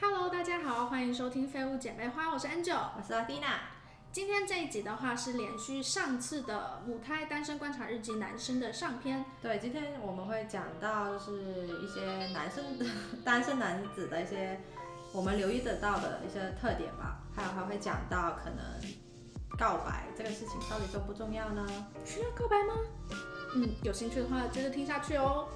Hello，大家好，欢迎收听《废物姐妹花》，我是 Angel。我是阿蒂娜。今天这一集的话是连续上次的母胎单身观察日记男生的上篇，对，今天我们会讲到就是一些男生单身男子的一些我们留意得到的一些特点吧，还有还会讲到可能告白这个事情到底重不重要呢？需要告白吗？嗯，有兴趣的话接着听下去哦。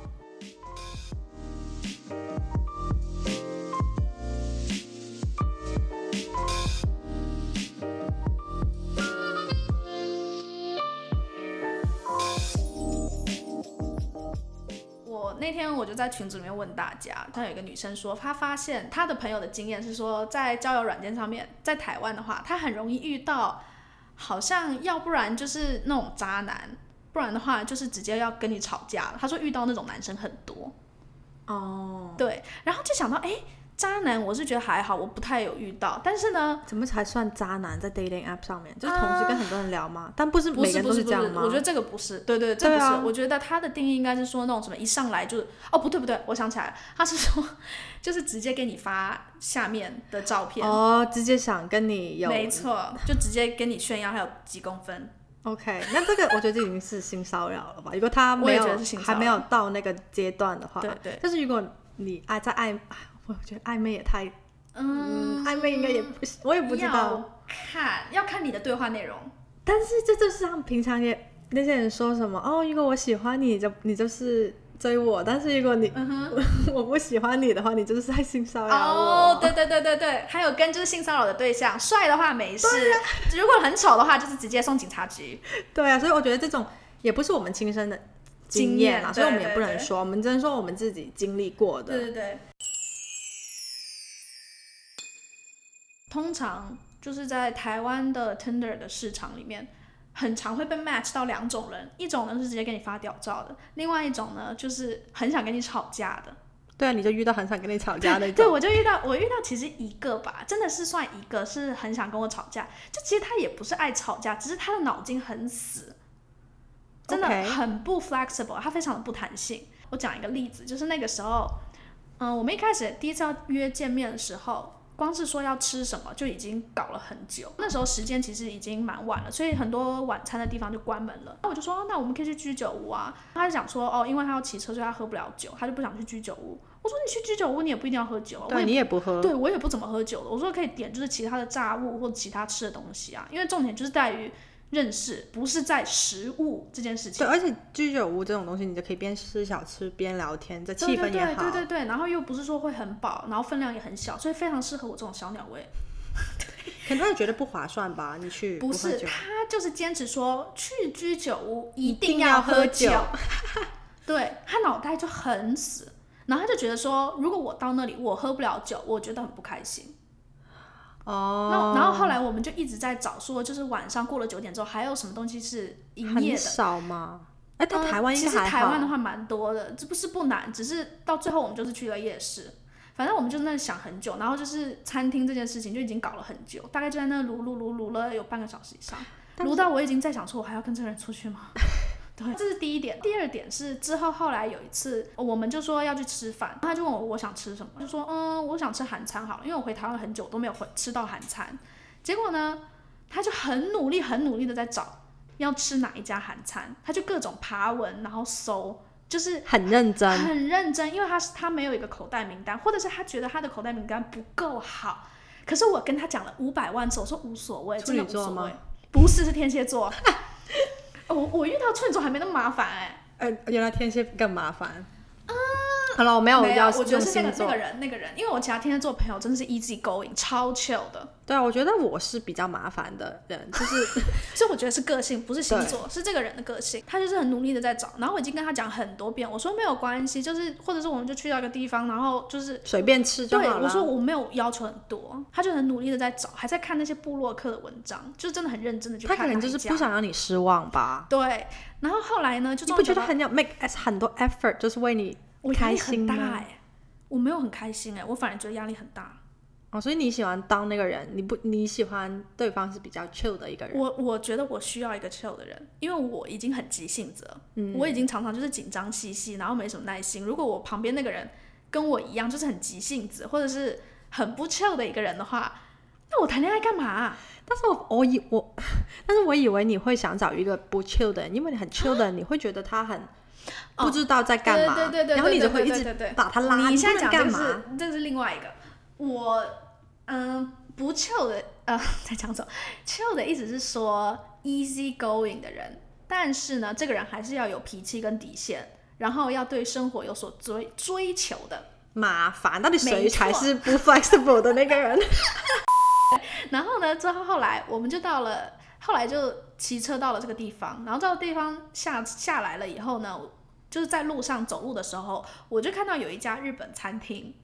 我那天我就在群组里面问大家，但有一个女生说，她发现她的朋友的经验是说，在交友软件上面，在台湾的话，她很容易遇到，好像要不然就是那种渣男，不然的话就是直接要跟你吵架了。她说遇到那种男生很多，哦，对，然后就想到，哎，渣男我是觉得还好，我不太有遇到，但是呢，怎么才算渣男？在 dating app 上面，就是同时跟很多人聊吗？但不啊是不每个是人不都是这不是样，吗？我觉得这个不是，对对，这不对是。啊我觉得他的定义应该是说那种什么一上来就是，哦不对不对，我想起来了，他是说就是直接给你发下面的照片，哦，直接想跟你有没错，就直接跟你炫耀还有几公分， OK，那这个我觉得已经是性骚扰了吧？如果他没有我也觉得是性骚还扰没有到那个阶段的话，对对但是如果你爱在暧，啊我觉得暧昧也太，嗯，暧昧应该也不行，我也不知道。要看要看你的对话内容，但是这就是他们平常也那些人说什么哦，如果我喜欢你，就你就是追我；但是如果你、嗯哼， 我不喜欢你的话，你就是在性骚扰我。哦，对对对对对，还有跟就是性骚扰的对象，帅的话没事，如果很丑的话就是直接送警察局，对啊，所以我觉得这种也不是我们亲身的经经验验啊，对所以我们也对不对能说，我们只能说我们自己经历过的。对对对。通常就是在台湾的 Tinder 的市场里面，很常会被 match 到两种人，一种呢是直接给你发屌照的，另外一种呢就是很想跟你吵架的。对啊，你就遇到很想跟你吵架那对，种。我就遇到我遇到其实一个吧，真的是算一个是很想跟我吵架，就其实他也不是爱吵架，只是他的脑筋很死，真的 OK 很不 flexible，他非常的不弹性。我讲一个例子，就是那个时候，嗯，我们一开始第一次要约见面的时候。光是说要吃什么就已经搞了很久，那时候时间其实已经蛮晚了，所以很多晚餐的地方就关门了。那我就说，哦那我们可以去居酒屋啊。他就讲说，哦，因为他要骑车，所以他喝不了酒，他就不想去居酒屋。我说你去居酒屋，你也不一定要喝酒啊，我对也你也不喝，对我也不怎么喝酒的。我说可以点就是其他的炸物或者其他吃的东西啊，因为重点就是在于认识，不是在食物这件事情对，。而且居酒屋这种东西，你就可以边吃小吃边聊天，这对气对氛也对好。对对对，然后又不是说会很饱，然后分量也很小，所以非常适合我这种小鸟胃。可能也觉得不划算吧？你去不喝是，酒，他就是坚持说去居酒屋一一定定要喝喝酒酒。对他脑袋就很死，然后他就觉得说，如果我到那里我喝不了酒，我觉得很不开心。哦，那然后后来我们就一直在找说，就是晚上过了九点之后还有什么东西是营业很的。少吗？哎，但呃台湾应其该实还好。台湾的话蛮多的，这不是不难，只是到最后我们就是去了夜市。反正我们就在那想很久，然后就是餐厅这件事情就已经搞了很久，大概就在那撸撸撸撸了有半个小时以上，但撸到我已经在想说，我还要跟这个人出去吗？ 对，这是第一点。第二点是之后后来有一次，我们就说要去吃饭，他就问我我想吃什么，我就说嗯，我想吃韩餐好了，因为我回台湾很久都没有回吃到韩餐。结果呢，他就很努力很努力的在找要吃哪一家韩餐，他就各种爬文，然后搜，就是很认真，很认真，因为他是他没有一个口袋名单，或者是他觉得他的口袋名单不够好。可是我跟他讲了五百万次，我说无所谓，处真的女无所座吗谓。不是，是天蝎座。 我我遇到处女座还没那么麻烦哎、呃，原来天蝎更麻烦。好了，我没有啊没有，要我觉得用是那星个那座个。人那个人，因为我其他天蝎座朋友真的是 easy going，超 chill 的，对啊，我觉得我是比较麻烦的人，就是所以我觉得是个性，不是星对座，是这个人的个性。他就是很努力的在找，然后我已经跟他讲很多遍，我说没有关系，就是或者是我们就去到一个地方，然后就是随便吃就对好我说了。我没有要求很多，他就很努力的在找，还在看那些部落客的文章，就真的很认真的去他看可能就是哪一家不想让你失望吧？对，然后后来呢，就你终不于觉得找到很有 make 哎很多 effort，就是为你我压开力很心大吗哎、我没有很开心哎、我反而觉得压力很大。哦，所以你喜欢当那个人，你不你喜欢对方是比较 chill 的一个人，我我觉得我需要一个 chill 的人，因为我已经很急性子了，嗯我已经常常就是紧张兮兮，然后没什么耐心。如果我旁边那个人跟我一样，就是很急性子，或者是很不 chill 的一个人的话，那我谈恋爱干嘛、啊但是我我以我，但是我以为你会想找一个不 chill 的人，因为你很 chill 的人，你会觉得他很哦不知道在干嘛，对对对对，然后你就对会一对直对对把他啊拉，你不现在能讲干这嘛？是这是另外一个，我嗯不 chill 的呃在讲什么？chill 的意思是说 easy going 的人，但是呢，这个人还是要有脾气跟底线，然后要对生活有所追追求的。麻烦，到底谁没错才是不 flexible 的那个人？然后呢，之后后来我们就到了，后来就骑车到了这个地方，然后到地方下下来了以后呢，我就是在路上走路的时候，我就看到有一家日本餐厅，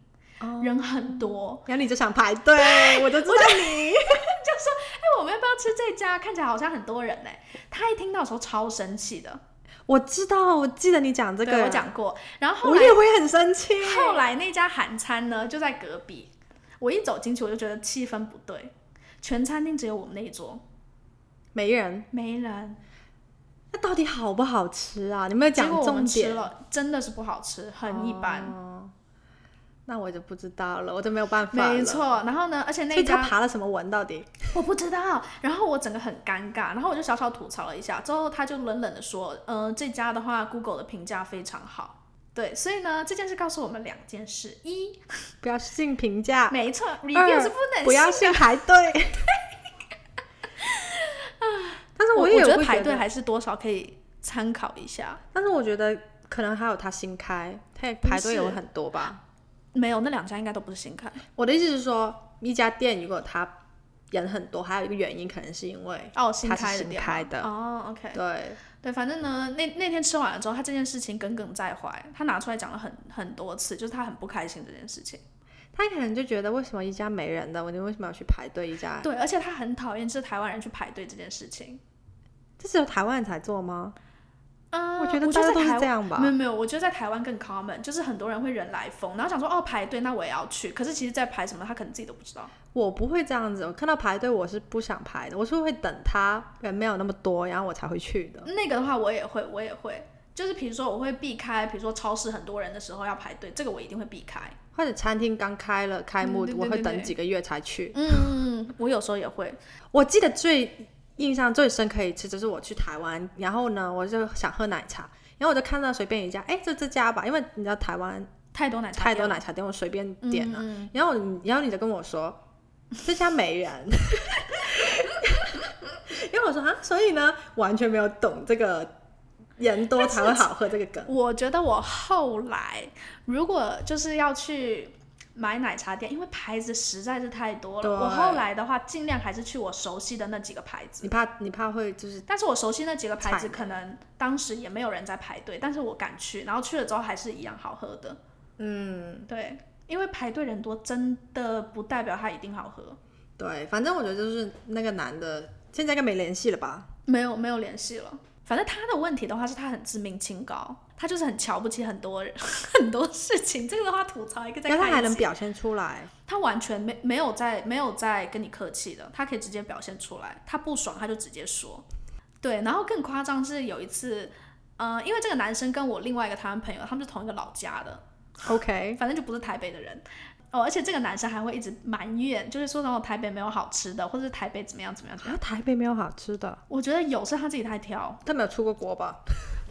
哦人很多，然后你就想排队，我就知道你。哎、我们要不要吃这家？看起来好像很多人呢、他一听到的时候超生气的，我知道，我记得你讲这对个，我，讲过。然后后我来也会很生气。后来那家韩餐呢就在隔壁，我一走进去我就觉得气氛不对，全餐厅只有我们那一桌没人，没人，那到底好不好吃啊？你没有结讲果我重们吃点，了真的是不好吃，很一般。哦那我就不知道了，我就没有办法了。没，错，然后呢？而且所那以家他爬了什么文到底？我不知道，然后我整个很尴尬，然后我就小小吐槽了一下，之后他就冷冷的说，嗯、这家的话，Google 的评价非常好。对，所以呢，这件事告诉我们两件事：一，不要信评价，没错，review 是不能啊不要信信排队。 但是我也有觉会得排队还是多少可以参考一下。但是我觉得可能还有他新开，他也啊排队也会很多吧。没有，那两家应该都不是新开。我的意思是说，一家店如果他人很多，还有一个原因可能是因为哦，新它开的是新店。开的，哦，OK，对，对，反正呢，那那天吃完了之后，他这件事情耿耿在怀，他拿出来讲了很很多次，就是他很不开心这件事情。他可能就觉得为什么一家没人的，我就为什么要去排队一家？对，而且他很讨厌是台湾人去排队这件事情。这只有台湾人才做吗？嗯，我觉得我大在家都是台这样吧没。有没有，我觉得在台湾更 common，就是很多人会人来疯，然后想说哦排队，那我也要去。可是其实在排什么，他可能自己都不知道。我不会这样子，我看到排队我是不想排的，我是会等他人没有那么多，然后我才会去的。那个的话，我也会，我也会，就是比如说我会避开，比如说超市很多人的时候要排队，这个我一定会避开。或者餐厅刚开了开幕，嗯对对我会对等对几个月才去。嗯，我有时候也会。我记得最印象最深刻一次，就是我去台湾，然后呢，我就想喝奶茶，然后我就看到随便一家，哎，就这家吧，因为你知道台湾太多奶茶太多店奶茶店，我随便了点了。嗯嗯然后你，然后你就跟我说，这家没人。 因为我说啊，所以呢，完全没有懂这个人多才会好喝这 个梗。我觉得我后来如果就是要去买奶茶店，因为牌子实在是太多了，我对后来的话尽量还是去我熟悉的那几个牌子。你怕你怕会就是但是我熟悉那几个牌菜子，可能当时也没有人在排队，但是我敢去，然后去了之后还是一样好喝的。嗯，对，因为排队人多，真的不代表它一定好喝。对，反正我觉得就是那个男的现在应该没联系了吧？没有没有联系了。反正他的问题的话是他很自命清高，他就是很瞧不起很多人 很多事情。这个的话吐槽一个在然后他还开能机，表现 出来，他完全没没有在没有在跟你客气的，他可以直接表现出来，他不爽他就直接说。对，然后更夸张是有一次，呃，因为这个男生跟我另外一个台湾朋友，他们是同一个老家的， OK，反正就不是台北的人。哦，而且这个男生还会一直埋怨，就是说什么台北没有好吃的，或者是台北怎么样怎么样怎么啊，台北没有好吃的，样。我觉得有是他自己太挑，他没有出过国吧？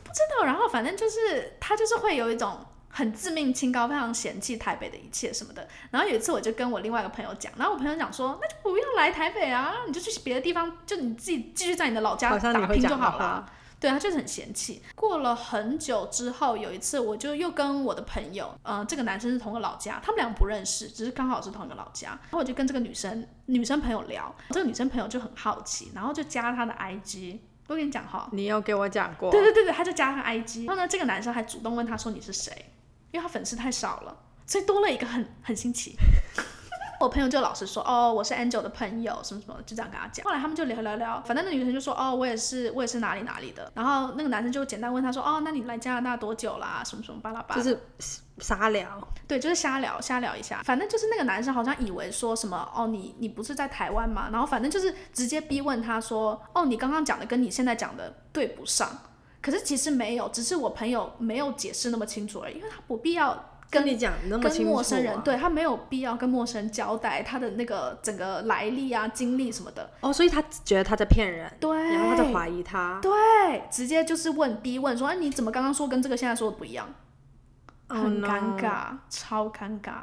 不知道，然后反正就是他就是会有一种很自命清高，非常嫌弃台北的一切什么的。然后有一次我就跟我另外一个朋友讲，然后我朋友讲说，那就不要来台北啊，你就去别的地方，就你自己继续在你的老家好像你打会拼讲就的好了。话，对他就是很嫌弃。过了很久之后，有一次我就又跟我的朋友，嗯、这个男生是同个老家，他们俩不认识，只是刚好是同一个老家。然后我就跟这个女生女生朋友聊，这个女生朋友就很好奇，然后就加她的 IG。我跟你讲哈，你有给我讲过，对对对对，他就加上 IG，然后呢，这个男生还主动问他说你是谁，因为他粉丝太少了，所以多了一个很很新奇。 我朋友就老是说哦，我是 Angel 的朋友，什么什么的，就这样跟他讲。后来他们就聊聊聊，反正那女生就说哦，我也是，我也是哪里哪里的。然后那个男生就简单问他说哦，那你来加拿大多久啦？什么什么巴拉巴拉就。是沙聊，对，就是瞎聊瞎聊一下，反正就是那个男生好像以为说什么哦，你你不是在台湾吗？然后反正就是直接逼问他说，哦，你刚刚讲的跟你现在讲的对不上，可是其实没有，只是我朋友没有解释那么清楚而已，因为他不必要跟你讲那么跟清楚、啊，陌生人，对他没有必要跟陌生人交代他的那个整个来历啊、经历什么的，哦，所以他觉得他在骗人，对，然后他在怀疑他，对，直接就是问逼问说，哎，你怎么刚刚说跟这个现在说的不一样？ Oh 很尴 no 尬超尴尬。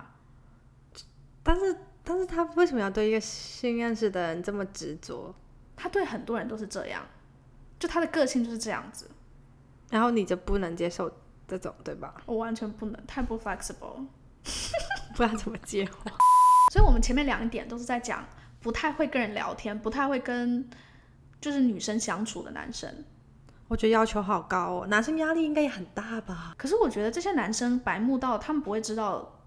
但是但是他为什么要对一个新认识的人这么执着？他对很多人都是这样，就他的个性就是这样子，然后你就不能接受这种，对吧？ 我完全不能，太不 flexible。不然怎么结婚？所以我们前面两点都是在讲不太会跟人聊天，不太会跟就是女生相处的男生。 我觉得要求好高哦，男生压力应该也很大吧？可是我觉得这些男生白目到他们不会知道，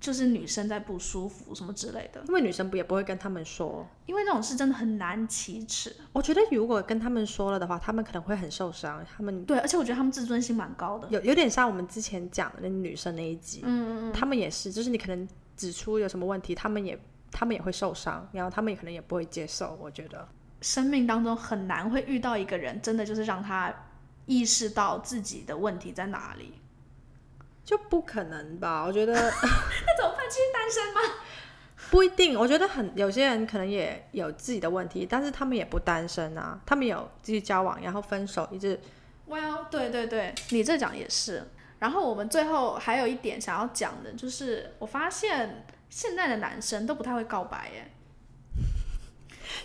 就是女生在不舒服什么之类的，因为女生不也不会跟他们说。因为那种事真的很难启齿。我觉得如果跟他们说了的话，他们可能会很受伤。他们对，而且我觉得他们自尊心蛮高的。有有点像我们之前讲的那女生那一集，嗯嗯他们也是，就是你可能指出有什么问题，他们也他们也会受伤，然后他们也可能也不会接受。我觉得，生命当中很难会遇到一个人，真的就是让他意识到自己的问题在哪里。就不可能吧？我觉得 那怎么办？继续单身吗？不一定。我觉得很有些人可能也有自己的问题，但是他们也不单身啊，他们有继续交往，然后分手，一直 Well，对对对，你这讲也是。然后我们最后还有一点想要讲的，就是我发现现在的男生都不太会告白耶。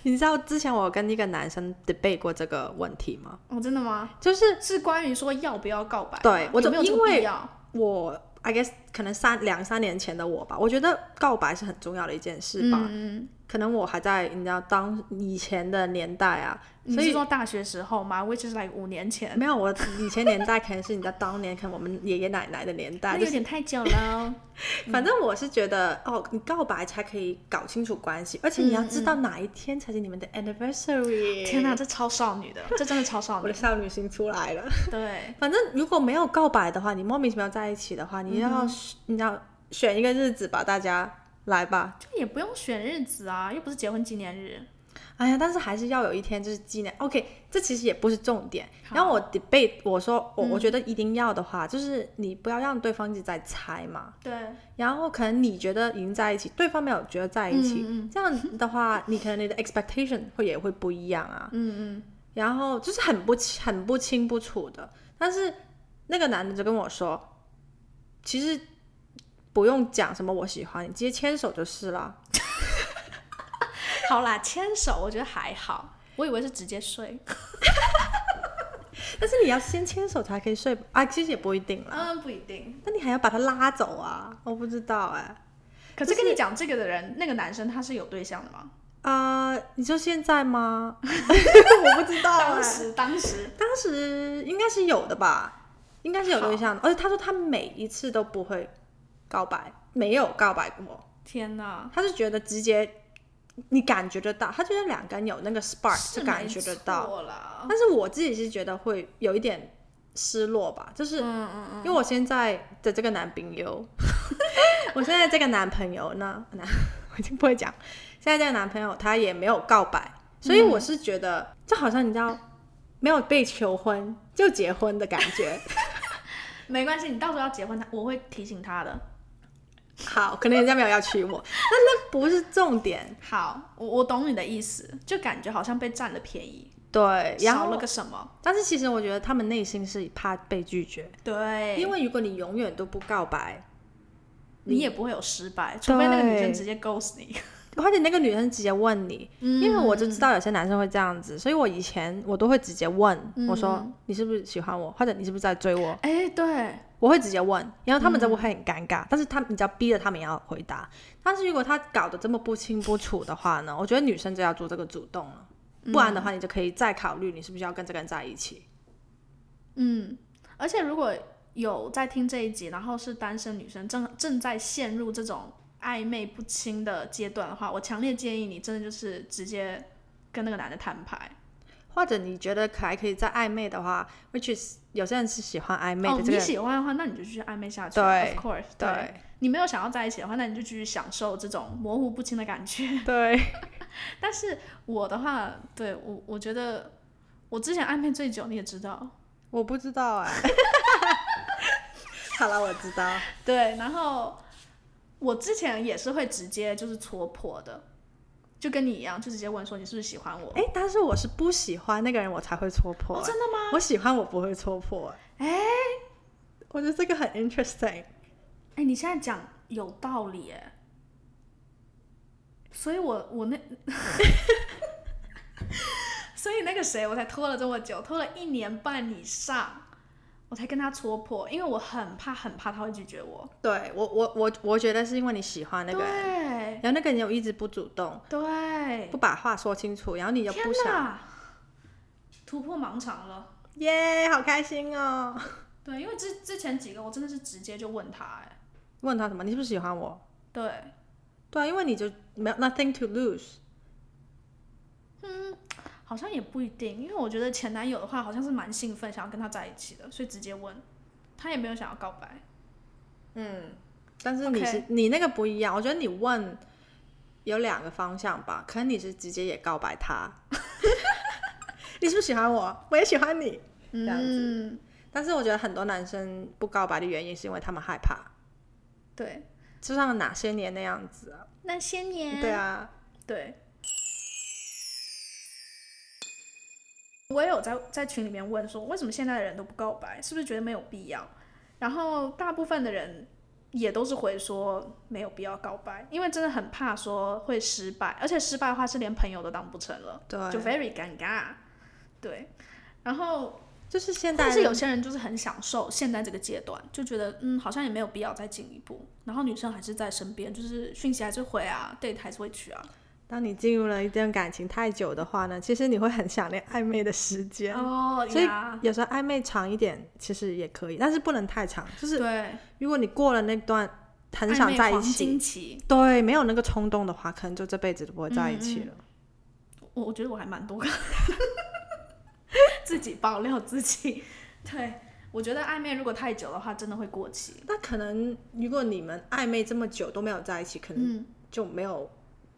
你知道之前我跟一个男生 debate 过这个问题吗？哦，真的吗？就是是关于说要不要告白吗？对有我就没有这因个为必要？我 I guess 可能三两三年前的我吧，我觉得告白是很重要的一件事吧。嗯，可能我还在你知道当以前的年代啊，你所是以说大学时候吗？Which is like 五年前，没有我以前年代可能是你在当年可能我们爷爷奶奶的年那嗯代，就有是点太久了。 反正我是觉得哦，你告白才可以搞清楚关系，而且你要知道哪一天才是你们的 anniversary。嗯天哪，这超少女的，这真的超少我 女的。少女心出来了。对，反正如果没有告白的话，你莫名其妙在一起的话，嗯你要、你要选一个日子吧，大家来吧，就也不用选日子啊，又不是结婚纪念日。哎呀，但是还是要有一天就是纪念。OK，这其实也不是重点。好嗯然后我 debate 我说我、我觉得一定要的话，就是你不要让对方一直在猜嘛。对，然后可能你觉得已经在一起，对方没有觉得在一起，嗯这样 的话，你可能你的 expectation 会也会不一样啊。嗯嗯，然后就是很不清很不清不楚的。但是那个男的就跟我说，其实不用讲什么我喜欢你，直接牵手就是了。好啦，牵手我觉得还好，我以为是直接睡。但是你要先牵手才可以睡吧啊，其实也不一定啦。嗯，不一定。那你还要把他拉走啊？我不知道哎、可是跟你讲这个的人，那个男生他是有对象的吗？呃，你说现在吗？我不知道哎、当时，当时，当时应该是有的吧，应该是有对象的。而且他说他每一次都不会告白，没有告白过。天哪，他是觉得直接你感觉得到，他觉得两个人有那个 spark 是就感觉得到。了。但是我自己是觉得会有一点失落吧，就是嗯嗯嗯，因为我现在的这个男朋友， 我现在这个男朋友呢，男我已经不会讲，现在这个男朋友他也没有告白，所以我是觉得、就好像你知道，没有被求婚就结婚的感 觉。没关系，你到时候要结婚，他我会提醒他的。好，可能人家没有要娶我，但那不是重点。好，我我懂你的意思，就感觉好像被占了便宜，对，然少了后个什么。但是其实我觉得他们内心是怕被拒绝，对，因为如果你永远都不告白，你也不会有失败，除非那个女生直接 ghost 你。而且那个女生直接问你，嗯因为我就知道有些男生会这样子，所以我以前我都会直接问，我说嗯你是不是喜欢我，或者你是不是在追我，哎，对，我会直接问，然后他们嗯就会很尴尬，但是他们你只要逼着他们也要回答，但是如果他搞得这么不清不楚的话呢，我觉得女生就要做这个主动了，不然的话你就可以再考虑你是不是要跟这个人在一起。嗯，而且如果有在听这一集，然后是单身女生正正在陷入这种暧昧不清的阶段的话，我强烈建议你真的就是直接跟那个男的摊牌。或者你觉得可还可以再暧昧的话，which is 有些人是喜欢暧昧哦的，这个你人、喜欢的话，那你就继续暧昧下去。啊对 of course，对你没有想要在一起的话，那你就继续享受这种模糊不清的感觉。 对， 但是我的话，对我我觉得我之前暧昧最久，你也知道，我不知道哎、 好了，我知道。对，然后我之前也是会直接就是戳破的，就跟你一样，就直接问说你是不是喜欢我？哎，但是我是不喜欢那个人，我才会戳破、哦，哎真的吗？我喜欢我不会戳破、哎、哎，我觉得这个很 interesting。哎、你现在讲有道理哎，所以我我那， 所以那个谁，我才拖了这么久，拖了一年半以上，我才跟他戳破，因为我很怕很怕他会拒绝我。对我，我，我，我觉得是因为你喜啊欢那个人，对然后那个人又一直不主动，对，不把话说清楚，然后你又天不想，哪，突破盲肠了。耶好开心哦！对，因为之之前几个我真的是直接就问他哎，问他什么？你是不是喜欢我？对，对啊，因为你就没有 nothing to lose。好像也不一定，因为我觉得前男友的话好像是蛮兴奋，想要跟他在一起的，所以直接问，他也没有想要告白。嗯，但是你是 OK 你那个不一样，我觉得你问有两个方向吧，可能你是直接也告白他， 你是不是喜欢我？我也喜欢你。这样嗯，但是我觉得很多男生不告白的原因是因为他们害怕，对，就像哪些年那样子啊。那些年对，啊，对。我也有在在群里面问说，为什么现在的人都不告白，是不是觉得没有必要？然后大部分的人也都是回说没有必要告白，因为真的很怕说会失败，而且失败的话是连朋友都当不成了，对，就 very 尴尬。对，然后就是现代但人是有些人就是很享受现在这个阶段，就觉得嗯，好像也没有必要再进一步。然后女生还是在身边，就是讯息还是回啊，date 还是会去啊。当你进入了一段感情太久的话呢，其实你会很想念暧昧的时间。哦所以呀有时候暧昧长一点其实也可以，但是不能太长。就是对，如果你过了那段很暧想昧在一黄起金，期，对，没有那个冲动的话，可能就这辈子都不会在一起了。我我觉得我还蛮多个， 自己爆料自己。对，我觉得暧昧如果太久的话，真的会过期。那可能如果你们暧昧这么久都没有在一起，可能嗯，就没有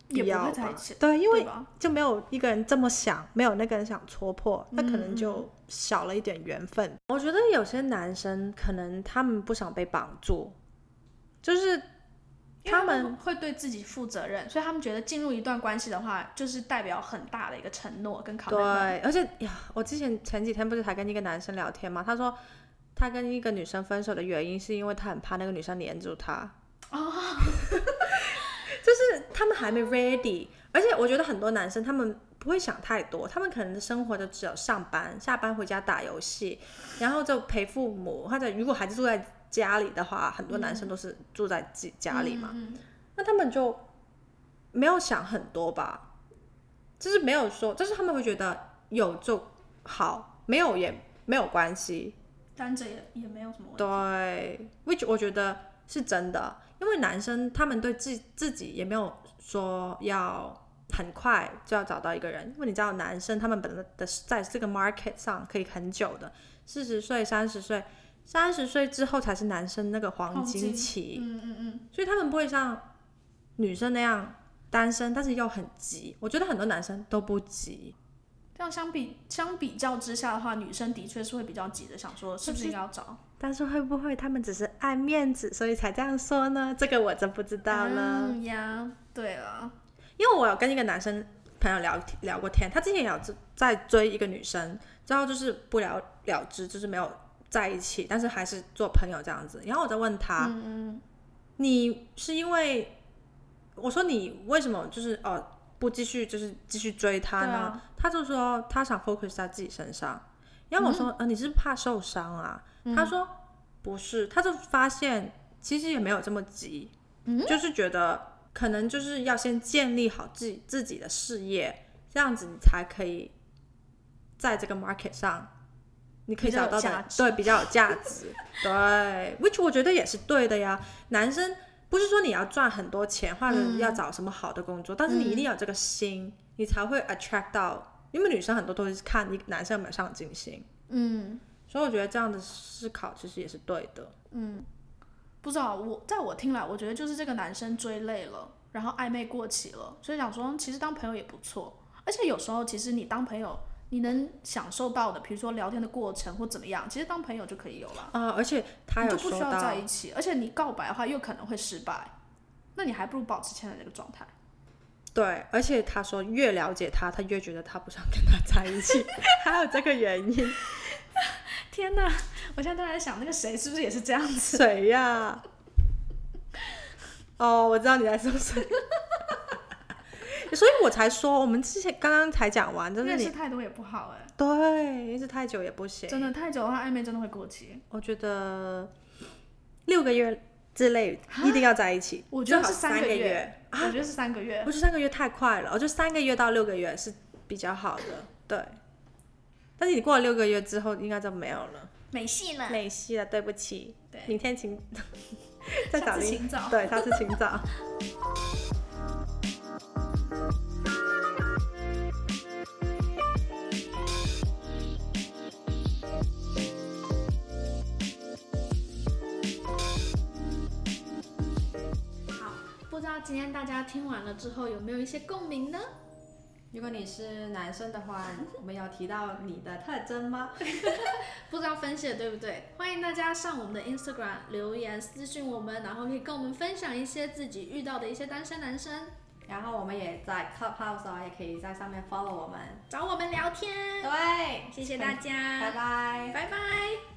必也不要会在吧一起。对，因对为吧就没有一个人这么想，没有那个人想戳破，那可嗯能就少了一点缘分。我觉得有些男生可能他们不想被绑住，就是因为他们会对自己负责任，所以他们觉得进入一段关系的话，就是代表很大的一个承诺跟 c o 对 m，而且呀，我之前前几天不是才跟一个男生聊天嘛，他说他跟一个女生分手的原因是因为他很怕那个女生黏住他。哦就是他们还没 ready，而且我觉得很多男生他们不会想太多，他们可能的生活就只有上班，下班回家打游戏，然后就陪父母，或者如果孩子住在家里的话，很多男生都是住在自己家里嘛，嗯嗯嗯那他们就没有想很多吧，就是没有说，就是他们会觉得有就好，没有也没有关系，单着也也没有什么问题。对，which 我觉得是真的，因为男生他们对自自己也没有说要很快就要找到一个人，因为你知道男生他们本来的在这个 market 上可以很久的，四十岁、三十岁，三十岁之后才是男生那个黄黄金金期，嗯嗯嗯，所以他们不会像女生那样单身，但是又很急。我觉得很多男生都不急，这样相比相比较之下的话，女生的确是会比较急的，想说是不是应该要找？但是会不会他们只是爱面子，所以才这样说呢？这个我真不知道了。嗯呀，对了，因为我有跟一个男生朋友聊聊过天，他之前也有在追一个女生，之后就是不了了之，就是没有在一起，但是还是做朋友这样子。然后我在问他，嗯你是因为我说你为什么就是哦不继续就是继续对追他呢？啊，他就说他想 focus 在自己身上。嗯然后我说，呃，你是怕受伤啊？他说不是，他就发现其实也没有这么急，嗯就是觉得可能就是要先建立好自己自己的事业，这样子你才可以在这个 market 上，你可以比较找有到价的值对比较有价值， 对，which 我觉得也是对的呀。男生不是说你要赚很多钱，或者嗯要找什么好的工作，但是你一定要有这个心，你才会 attract 到。因为女生很多都是看你男生有没有上进心，嗯所以我觉得这样的思考其实也是对的。嗯，不知道我在我听来，我觉得就是这个男生追累了，然后暧昧过期了，所以想说其实当朋友也不错，而且有时候其实你当朋友你能享受到的，比如说聊天的过程或怎么样，其实当朋友就可以有了，啊、而且他你就有不说需要到在，一起。而且你告白的话，又可能会失败，那你还不如保持现在这个状态。对，而且他说越了解他，他越觉得他不想跟他在一 起，还有这个原因，天哪！我现在都在想，那个谁是不是也是这样子？谁呀、 哦，我知道你在说谁，所以我才说，我们之前刚刚才讲完，就是认你识太多也不好哎、对认识太久也不行，真的太久的话，暧昧真的会过期。我觉得六个月之内一定要在一起，我觉最得好是三个个月啊我觉得是三个月，我觉得三个月太快了，我觉得三个月到六个月是比较好的，对。但是你过了六个月之后，应该就没有了，没戏了。没戏了，对不起。对明 天请再找下次另请早对，下次请早。好，不知道今天大家听完了之后有没有一些共鸣呢？如果你是男生的话，我们有提到你的特征吗？不知道分析的对不对？欢迎大家上我们的 Instagram 留言私信我们，然后可以跟我们分享一些自己遇到的一些单身男生，然后我们也在 Clubhouse 啊，也可以在上面 follow 我们。找我们聊天。对，谢谢大家，拜拜。拜拜